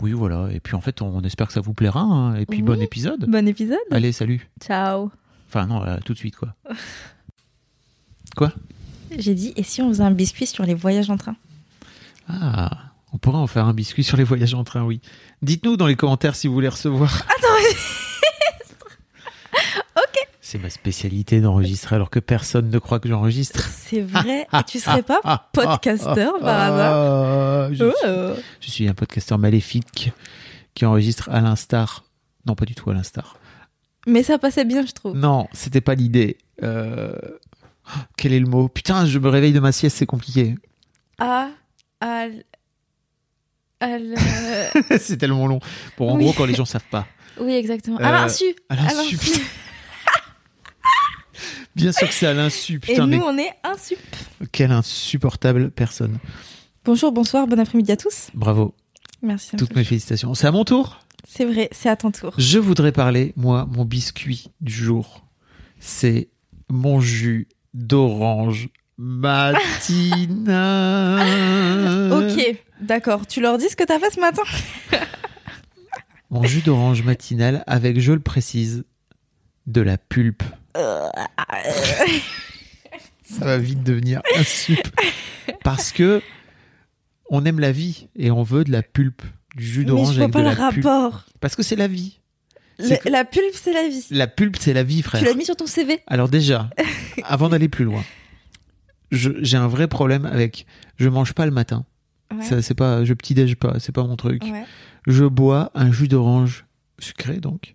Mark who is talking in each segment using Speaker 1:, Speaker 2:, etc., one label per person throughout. Speaker 1: Oui, voilà. Et puis en fait, on espère que ça vous plaira. hein. Et puis
Speaker 2: Oui.
Speaker 1: bon épisode.
Speaker 2: Bon épisode.
Speaker 1: Allez, salut.
Speaker 2: Ciao.
Speaker 1: Enfin non, euh, tout de suite quoi.
Speaker 2: J'ai dit, et si on faisait un biscuit sur les voyages en train
Speaker 1: Ah, on pourrait en faire un biscuit sur les voyages en train, oui. Dites-nous dans les commentaires si vous voulez recevoir. ok. C'est ma spécialité d'enregistrer alors que personne ne croit que j'enregistre.
Speaker 2: C'est vrai. et tu serais pas podcasteur par hasard
Speaker 1: Ah, je, suis,
Speaker 2: Oh.
Speaker 1: je suis un podcasteur maléfique qui enregistre à l'instar. Non, pas du tout à l'instar.
Speaker 2: Mais ça passait bien, je trouve.
Speaker 1: Non, c'était pas l'idée. Euh, Quel est le mot Putain, je me réveille de ma sieste, c'est compliqué.
Speaker 2: Ah, ah, l- ah, l- euh,
Speaker 1: c'est tellement long. Bon, en
Speaker 2: Oui.
Speaker 1: gros, quand les gens savent pas.
Speaker 2: oui, exactement.
Speaker 1: Euh,
Speaker 2: À l'insu.
Speaker 1: À
Speaker 2: À
Speaker 1: l'insu,
Speaker 2: l'insu.
Speaker 1: Bien sûr que c'est à l'insu,
Speaker 2: Et
Speaker 1: putain,
Speaker 2: nous,
Speaker 1: mais
Speaker 2: on est insu.
Speaker 1: quelle insupportable personne.
Speaker 2: Bonjour, bonsoir, bon après-midi à tous.
Speaker 1: Bravo,
Speaker 2: Merci. ça me
Speaker 1: toutes
Speaker 2: fait
Speaker 1: mes félicitations. C'est à mon tour
Speaker 2: C'est vrai, c'est à ton tour.
Speaker 1: Je voudrais parler, moi, mon biscuit du jour, c'est mon jus d'orange matinal.
Speaker 2: Ok, d'accord. Tu leur dis ce que t'as fait ce matin
Speaker 1: Mon jus d'orange matinal avec, je le précise, de la pulpe. Euh,
Speaker 2: Ah,
Speaker 1: ah, Ça va vite devenir un sup. Parce que on aime la vie et on veut de la pulpe, du jus
Speaker 2: Mais je
Speaker 1: d'orange
Speaker 2: vois
Speaker 1: avec
Speaker 2: pas
Speaker 1: de
Speaker 2: le
Speaker 1: la pulpe.
Speaker 2: rapport.
Speaker 1: Parce que c'est la vie. C'est
Speaker 2: Le-
Speaker 1: que-
Speaker 2: La pulpe, c'est la vie.
Speaker 1: La pulpe, c'est la vie, frère.
Speaker 2: Tu l'as mis sur ton CV.
Speaker 1: Alors déjà, avant d'aller plus loin, je- j'ai un vrai problème avec. Je mange pas le matin.
Speaker 2: Ouais.
Speaker 1: Ça, c'est pas. Je petit déj pas. C'est pas mon truc.
Speaker 2: Ouais.
Speaker 1: Je bois un jus d'orange sucré donc.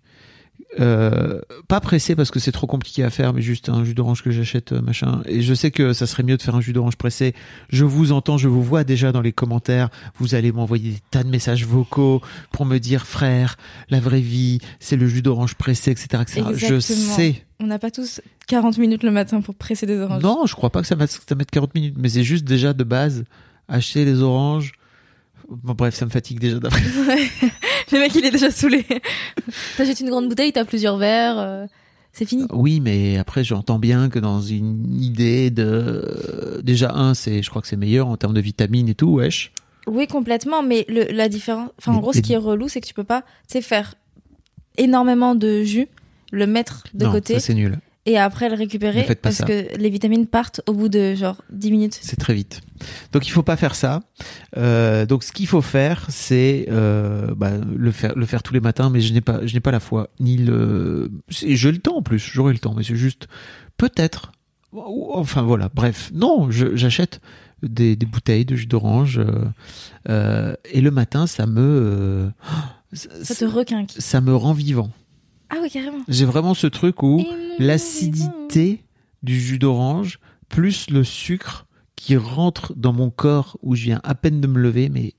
Speaker 1: Euh, pas pressé parce que c'est trop compliqué à faire, mais juste un jus d'orange que j'achète, euh, machin. Et je sais que ça serait mieux de faire un jus d'orange pressé. Je vous entends, je vous vois déjà dans les commentaires. Vous allez m'envoyer des tas de messages vocaux pour me dire, frère, la vraie vie, c'est le jus d'orange pressé, etc., etc. Je
Speaker 2: Exactement.
Speaker 1: sais.
Speaker 2: On n'a pas tous 40 minutes le matin pour presser des oranges.
Speaker 1: Non, je crois pas que ça mette, ça mette 40 minutes, mais c'est juste déjà de base, acheter les oranges. Bon, bref, ça me fatigue déjà d'après.
Speaker 2: Le mec, il est déjà saoulé.
Speaker 3: T'achètes une grande bouteille, t'as plusieurs verres, euh, c'est fini.
Speaker 1: Oui, mais après, j'entends bien que dans une idée de. Déjà, un, c'est, je crois que c'est meilleur en termes de vitamines et tout, wesh.
Speaker 2: Oui, complètement. Mais le- la différence. Enfin, en
Speaker 1: Mais-
Speaker 2: gros, ce qui est relou, c'est que tu peux pas tu sais, faire énormément de jus, le mettre de
Speaker 1: non,
Speaker 2: côté
Speaker 1: ça, c'est nul.
Speaker 2: et après le récupérer
Speaker 1: Ne faites pas
Speaker 2: parce
Speaker 1: ça.
Speaker 2: que les vitamines partent au bout de genre 10 minutes.
Speaker 1: C'est très vite. Donc, il faut pas faire ça. Euh, donc, ce qu'il faut faire, c'est euh, bah, le, faire, le faire tous les matins, mais je n'ai pas, je n'ai pas la foi, ni le. c'est- J'ai le temps en plus, j'aurai le temps, mais c'est juste. Peut-être. Ou- Enfin, voilà, bref. Non, je- j'achète des, des bouteilles de jus d'orange. euh, euh, et le matin, ça me. euh,
Speaker 2: Ça
Speaker 1: ça,
Speaker 2: te requinque.
Speaker 1: ça me rend vivant.
Speaker 2: Ah oui, carrément.
Speaker 1: J'ai vraiment ce truc où
Speaker 2: Et mon vivant.
Speaker 1: l'acidité du jus d'orange plus le sucre qui rentre dans mon corps où je viens à peine de me lever, mais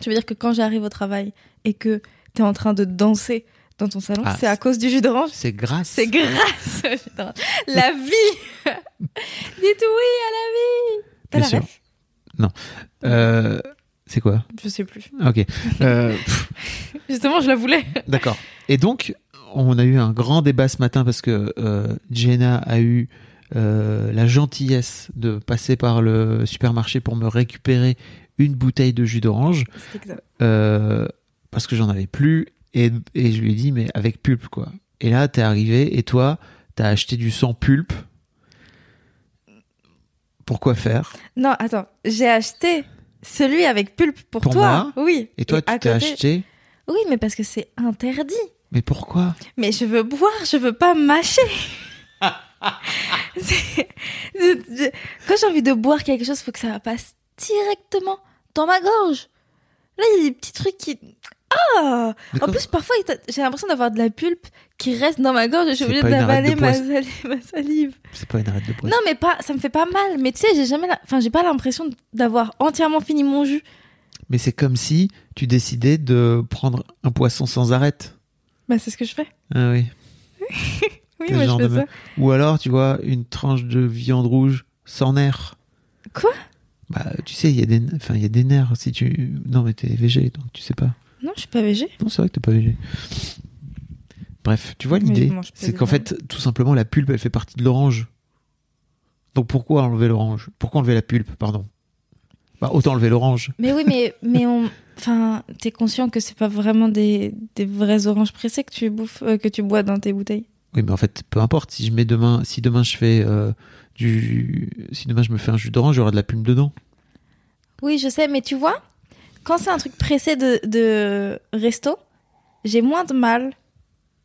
Speaker 2: Tu veux dire que quand j'arrive au travail et que t'es en train de danser dans ton salon,
Speaker 1: Ah,
Speaker 2: c'est à cause du jus d'orange
Speaker 1: c'est grâce.
Speaker 2: C'est grâce au jus d'orange. La vie Dites oui à la vie T'as
Speaker 1: Bien
Speaker 2: la
Speaker 1: sûr.
Speaker 2: ref
Speaker 1: Non. Euh, c'est quoi
Speaker 2: Je sais plus.
Speaker 1: Ah, Ok. Euh, pff,
Speaker 2: Justement, je la voulais.
Speaker 1: D'accord. Et donc, on a eu un grand débat ce matin parce que euh, Jenna a eu euh, la gentillesse de passer par le supermarché pour me récupérer une bouteille de jus d'orange.
Speaker 2: C'est exact.
Speaker 1: euh, parce que j'en avais plus et, et je lui ai dit mais avec pulpe quoi. Et là t'es arrivé et toi t'as acheté du sang pulpe. Pourquoi faire
Speaker 2: Non, attends. J'ai acheté celui avec pulpe pour,
Speaker 1: Pour
Speaker 2: toi. oui.
Speaker 1: Et toi tu
Speaker 2: à
Speaker 1: t'es
Speaker 2: côté-
Speaker 1: acheté
Speaker 2: Oui, mais parce que c'est interdit.
Speaker 1: mais pourquoi
Speaker 2: Mais je veux boire, je veux pas mâcher. C'est- je- je- Quand j'ai envie de boire quelque chose, faut que ça passe directement dans ma gorge. Là, il y a des petits trucs qui. Ah
Speaker 1: Mais
Speaker 2: En
Speaker 1: quoi-
Speaker 2: plus, parfois, il t'a- j'ai l'impression d'avoir de la pulpe qui reste dans ma gorge et je suis
Speaker 1: C'est
Speaker 2: obligée
Speaker 1: pas une arête
Speaker 2: d'avaler
Speaker 1: de
Speaker 2: ma,
Speaker 1: poisson.
Speaker 2: sali- ma salive.
Speaker 1: c'est pas une arête de poisson.
Speaker 2: Non, mais pas, ça me fait pas mal. Mais tu sais, j'ai jamais, la- enfin, j'ai pas l'impression d'avoir entièrement fini mon jus.
Speaker 1: Mais c'est comme si tu décidais de prendre un poisson sans arête.
Speaker 2: Bah, c'est ce que je fais.
Speaker 1: Ah oui.
Speaker 2: Oui,
Speaker 1: Quel
Speaker 2: moi je
Speaker 1: genre
Speaker 2: fais
Speaker 1: de
Speaker 2: ça.
Speaker 1: meuf Ou alors, tu vois, une tranche de viande rouge sans nerf.
Speaker 2: Quoi
Speaker 1: Bah, tu sais, il y, a des... enfin, il y a des nerfs si tu. Non, mais t'es végé, donc tu sais pas.
Speaker 2: Non, je suis pas végé.
Speaker 1: Non, c'est vrai que t'es pas végé. Bref, tu vois
Speaker 2: Mais je
Speaker 1: l'idée
Speaker 2: mange pas
Speaker 1: C'est
Speaker 2: de
Speaker 1: qu'en
Speaker 2: viande.
Speaker 1: fait, tout simplement, la pulpe, elle fait partie de l'orange. Donc pourquoi enlever l'orange Pourquoi enlever la pulpe, pardon bah, Autant enlever l'orange.
Speaker 2: Mais oui, mais, mais on. Enfin, t'es conscient que c'est pas vraiment des, des vrais oranges pressées que tu bouffes, euh, que tu bois dans tes bouteilles.
Speaker 1: Oui, mais en fait, peu importe. Si je mets demain, si demain je fais euh, du, si demain je me fais un jus d'orange, il y aura de la pulpe dedans.
Speaker 2: Oui, je sais, mais tu vois, quand c'est un truc pressé de, de resto, j'ai moins de mal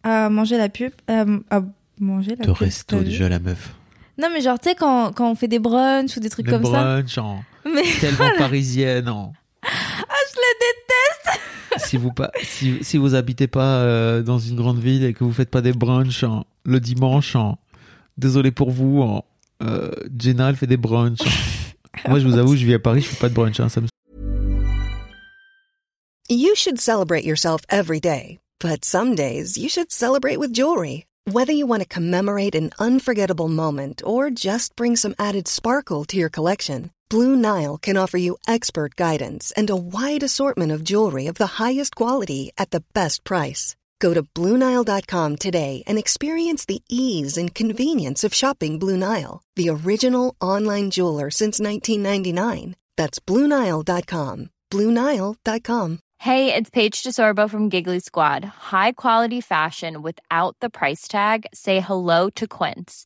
Speaker 2: à manger la pub. À, à manger la
Speaker 1: De
Speaker 2: pub, t'as
Speaker 1: resto
Speaker 2: vu
Speaker 1: déjà la meuf.
Speaker 2: Non, mais genre, tu sais, quand, quand on fait des brunchs ou des trucs
Speaker 1: Le
Speaker 2: comme
Speaker 1: brunch en
Speaker 2: ça. Mais
Speaker 1: tellement parisienne. hein. en-
Speaker 2: ah, je la
Speaker 1: Si vous pas, si, si vous habitez pas euh, dans une grande ville et que vous faites pas des brunchs en- le dimanche, en, désolé pour vous. En, euh, Jenna, elle fait des brunchs. en. Moi, je vous avoue, je vis à Paris, je fais pas de brunch. hein, ça me
Speaker 4: You should celebrate yourself every day, but some days you should celebrate with jewelry. Whether you want to commemorate an unforgettable moment or just bring some added sparkle to your collection, Blue Nile can offer you expert guidance and a wide assortment of jewelry of the highest quality at the best price. Go to BlueNile.com today and experience the ease and convenience of shopping Blue Nile, the original online jeweler since 1999. That's BlueNile.com. BlueNile.com.
Speaker 5: Hey, it's Paige DeSorbo from Giggly Squad. High quality fashion without the price tag. Say hello to Quince.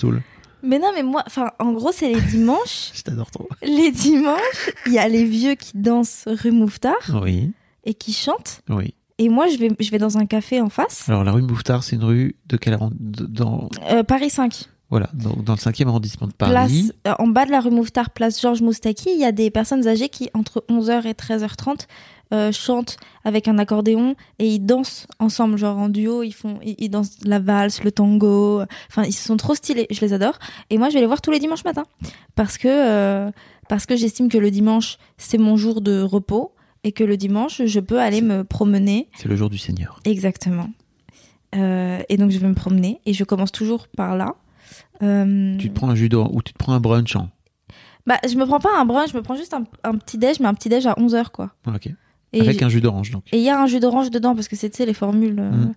Speaker 1: saoule.
Speaker 2: tête Mais non, mais moi, enfin, en gros, c'est les dimanches.
Speaker 1: Je t'adore trop.
Speaker 2: les dimanches, il y a les vieux qui dansent rue Mouffetard
Speaker 1: Oui,
Speaker 2: et qui chantent.
Speaker 1: oui.
Speaker 2: Et moi, je vais, je vais dans un café en face,
Speaker 1: Alors la rue Mouffetard, c'est une rue de quel arron- de- dans
Speaker 2: euh, Paris 5.
Speaker 1: voilà donc dans le 5e arrondissement de Paris.
Speaker 2: place, euh, en bas de la rue Mouffetard, place Georges Moustaki, il y a des personnes âgées qui, entre 11h et 13h30, euh, chantent avec un accordéon et ils dansent ensemble, genre en duo, ils font, ils, ils dansent la valse, le tango, enfin ils sont trop stylés, je les adore. Et moi je vais les voir tous les dimanches matin parce que euh, parce que j'estime que le dimanche c'est mon jour de repos et que le dimanche je peux aller me promener
Speaker 1: C'est le jour du Seigneur.
Speaker 2: exactement. Euh, et donc je vais me promener et je commence toujours par là. Euh,
Speaker 1: Tu te prends un judo ou tu te prends un brunch en.
Speaker 2: Bah, je me prends pas un brunch, je me prends juste un, un petit déj, mais un petit déj à 11h, quoi.
Speaker 1: Ah, ok.
Speaker 2: Et
Speaker 1: Avec
Speaker 2: j-
Speaker 1: un jus d'orange donc.
Speaker 2: et il y a un jus d'orange dedans, parce que c'est, tu sais, les formules. euh,
Speaker 1: Mm.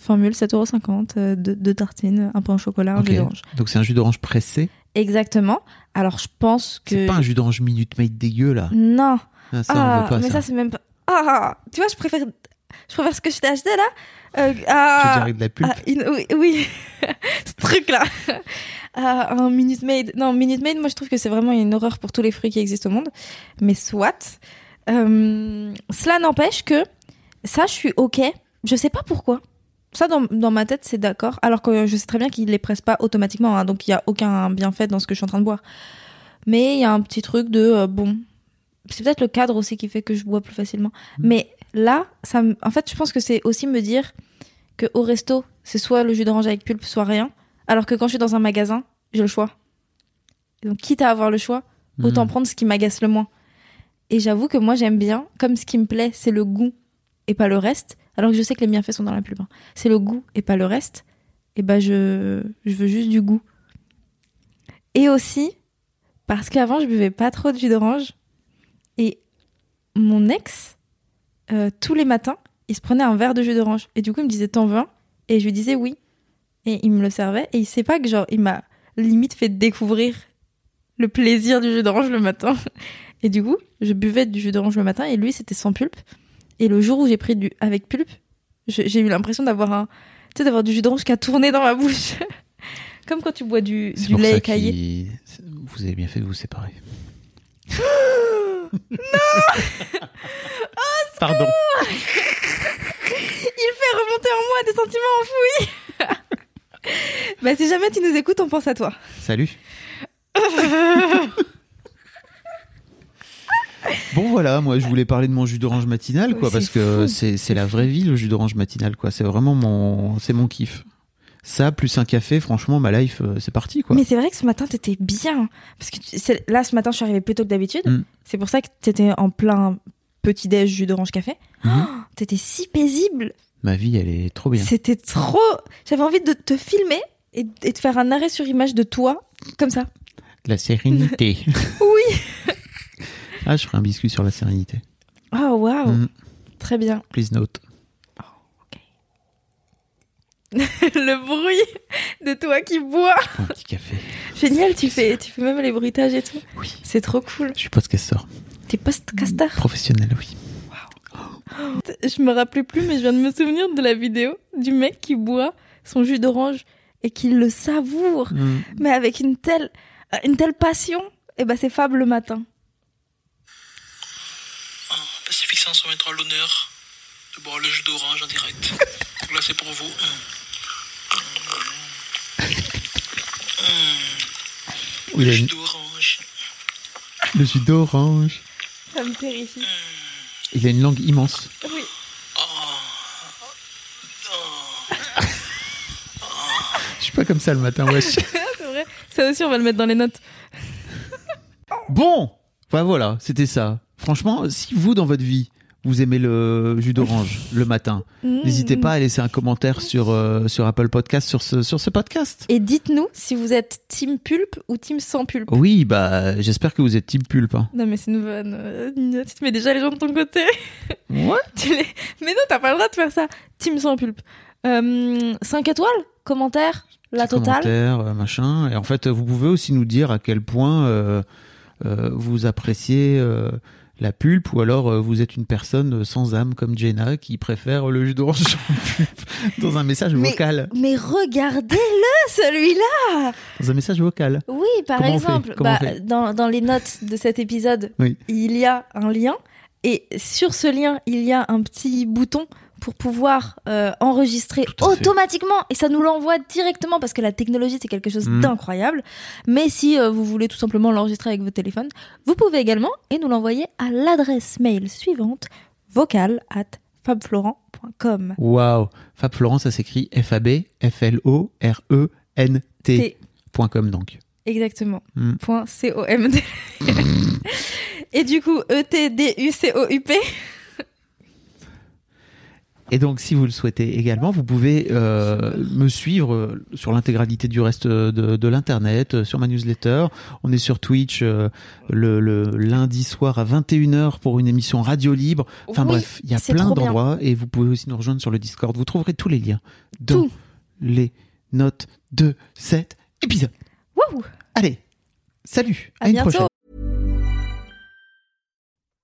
Speaker 2: Formule 7,50€, euh, deux, deux tartines, un pain au chocolat, un
Speaker 1: Ok.
Speaker 2: jus d'orange.
Speaker 1: Donc c'est un jus d'orange pressé.
Speaker 2: Exactement. Alors, je pense que.
Speaker 1: C'est pas un jus d'orange minute made dégueu là.
Speaker 2: Non.
Speaker 1: Ah, ça on
Speaker 2: ah,
Speaker 1: veut pas
Speaker 2: mais ça,
Speaker 1: ça.
Speaker 2: c'est même pas. Ah, tu vois, je préfère, je préfère ce que je t'ai acheté là. euh,
Speaker 1: Tu veux
Speaker 2: à-
Speaker 1: dire avec de la pulpe.
Speaker 2: à Ah, une- oui, oui. ce truc là. à un Minute Maid. Non, Minute Maid, moi je trouve que c'est vraiment une horreur pour tous les fruits qui existent au monde. Mais soit. Euh, cela n'empêche que ça, je suis OK. Je sais pas pourquoi. Ça, dans, dans ma tête, c'est d'accord. Alors que je sais très bien qu'ils les pressent pas automatiquement. hein, donc il y a aucun bienfait dans ce que je suis en train de boire. Mais il y a un petit truc de euh, bon. C'est peut-être le cadre aussi qui fait que je bois plus facilement. Mais là, ça, me- en fait, je pense que c'est aussi me dire que au resto, c'est soit le jus d'orange avec pulpe, soit rien. Alors que quand je suis dans un magasin, j'ai le choix. Et donc, quitte à avoir le choix, autant
Speaker 1: Mm.
Speaker 2: prendre ce qui m'agace le moins. Et j'avoue que moi, j'aime bien, comme ce qui me plaît, c'est le goût et pas le reste. Alors que je sais que les bienfaits sont dans la pulpe. hein. C'est le goût et pas le reste. Et ben, je, je veux juste du goût. Et aussi, parce qu'avant, je buvais pas trop de jus d'orange. Et mon ex, euh, tous les matins, il se prenait un verre de jus d'orange. Et du coup, il me disait T'en veux un Et je lui disais oui. Et il me le servait. Et il sait pas que, genre, il m'a limite fait découvrir le plaisir du jus d'orange le matin. Et du coup, je buvais du jus d'orange le matin. Et lui, c'était sans pulpe. Et le jour où j'ai pris du avec pulpe, je- j'ai eu l'impression d'avoir un. Tu sais, d'avoir du jus d'orange qui a tourné dans ma bouche. Comme quand tu bois du,
Speaker 1: C'est
Speaker 2: du
Speaker 1: pour
Speaker 2: lait
Speaker 1: ça
Speaker 2: écaillé.
Speaker 1: qu'il- c'est- Vous avez bien fait de vous séparer. non. Pardon.
Speaker 2: Il fait remonter en moi à tes sentiments enfouis. bah, si jamais tu nous écoutes, on pense à toi.
Speaker 1: Salut. bon voilà, moi je voulais parler de mon jus d'orange matinal quoi
Speaker 2: Oui,
Speaker 1: parce
Speaker 2: Oh, c'est
Speaker 1: que c'est c'est la vraie vie le jus d'orange matinal quoi, c'est vraiment mon c'est mon kiff. Ça plus un café, franchement ma life euh, c'est parti quoi.
Speaker 2: Mais c'est vrai que ce matin, t'étais bien. Parce que tu- c'est- là, ce matin, je suis arrivée plus tôt que d'habitude.
Speaker 1: Mm.
Speaker 2: C'est pour ça que t'étais en plein petit déj jus d'orange café.
Speaker 1: Mhm.
Speaker 2: Oh, t'étais si paisible.
Speaker 1: Ma vie elle est trop bien.
Speaker 2: C'était trop. J'avais envie de te filmer et, et de faire un arrêt sur image de toi, comme ça.
Speaker 1: La sérénité.
Speaker 2: Oui.
Speaker 1: ah, je ferai un biscuit sur la sérénité.
Speaker 2: Oh, waouh.
Speaker 1: Mm.
Speaker 2: Très bien.
Speaker 1: Please note.
Speaker 2: Le bruit de toi qui bois.
Speaker 1: Un petit café.
Speaker 2: Génial, tu fais, tu fais même les bruitages et tout.
Speaker 1: Oui.
Speaker 2: C'est trop cool.
Speaker 1: Je suis podcasteur
Speaker 2: T'es post-castar.
Speaker 1: professionnel, oui.
Speaker 2: Je me rappelais plus, mais je viens de me souvenir de la vidéo du mec qui boit son jus d'orange et qui le savoure, mais avec une telle, euh, une telle passion. Et ben c'est Fab le matin.
Speaker 6: Un Pacific 500 mettra l'honneur de boire le jus d'orange en direct. Donc là, c'est pour vous. Mm. Mm.
Speaker 1: Oui, il y
Speaker 6: Le
Speaker 1: a
Speaker 6: jus
Speaker 1: une-
Speaker 6: d'orange.
Speaker 1: Le jus d'orange.
Speaker 2: Ça me terrifie.
Speaker 1: Il a une langue immense.
Speaker 2: Oui.
Speaker 1: Je suis pas comme ça le matin, wesh.
Speaker 2: Ah, c'est vrai. Ça aussi, on va le mettre dans les notes.
Speaker 1: Bon, bah voilà, c'était ça. Franchement, si vous dans votre vie vous aimez le jus d'orange le matin,
Speaker 2: Hmm.
Speaker 1: n'hésitez pas à laisser un commentaire sur euh, sur Apple Podcast sur ce sur ce podcast.
Speaker 2: Et dites-nous si vous êtes team pulpe ou team sans pulpe.
Speaker 1: Oui, bah j'espère que vous êtes type pulpe. hein.
Speaker 2: Non mais c'est une bonne. euh, une- Tu te mets déjà les gens de ton côté.
Speaker 1: Ouais.
Speaker 2: Tu les- Mais non, t'as pas le droit de faire ça. Team sans pulpe. 5 étoiles, commentaire, la
Speaker 1: Petit
Speaker 2: totale.
Speaker 1: commentaire, euh, machin. Et en fait, vous pouvez aussi nous dire à quel point euh, euh, vous appréciez euh, la pulpe ou alors euh, vous êtes une personne sans âme comme Jenna qui préfère le jus d'orange sans pulpe dans un message
Speaker 2: Mais-
Speaker 1: vocal.
Speaker 2: Mais regardez-le, celui-là
Speaker 1: Dans un message vocal.
Speaker 2: Oui, par
Speaker 1: Comment on fait
Speaker 2: exemple,
Speaker 1: Comment
Speaker 2: bah,
Speaker 1: on fait
Speaker 2: dans, dans les notes de cet épisode,
Speaker 1: Oui.
Speaker 2: il y a un lien. Et sur ce lien, il y a un petit bouton pour pouvoir euh, enregistrer
Speaker 1: Tout à fait.
Speaker 2: automatiquement. Et ça nous l'envoie directement parce que la technologie, c'est quelque chose
Speaker 1: Mm.
Speaker 2: d'incroyable. Mais si euh, vous voulez tout simplement l'enregistrer avec votre téléphone, vous pouvez également et nous l'envoyer à l'adresse mail suivante, vocale at fabflorent.com.
Speaker 1: Waouh. Fab Florent, ça s'écrit F-A-B, F-L-O-R-E-N-T. E Point com donc.
Speaker 2: Exactement.
Speaker 1: Mm.
Speaker 2: Point C-O-M-D. Et du coup, E E-T-D-U-C-O-U-P.
Speaker 1: Et donc, si vous le souhaitez également, vous pouvez euh, me suivre euh, sur l'intégralité du reste de, de l'Internet, euh, sur ma newsletter. On est sur Twitch euh, le, le lundi soir à 21h pour une émission radio libre. Enfin
Speaker 2: Oui,
Speaker 1: bref, il y a
Speaker 2: c'est
Speaker 1: plein
Speaker 2: trop bien.
Speaker 1: d'endroits et vous pouvez aussi nous rejoindre sur le Discord. Vous trouverez tous les liens dans
Speaker 2: Tout.
Speaker 1: les notes de cet épisode.
Speaker 2: Waouh
Speaker 1: Allez, salut, à,
Speaker 2: À
Speaker 1: une
Speaker 2: bientôt.
Speaker 1: prochaine.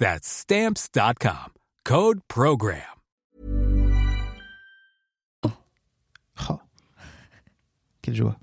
Speaker 7: That's stamps.com. Code program.
Speaker 1: Oh. Quelle joie.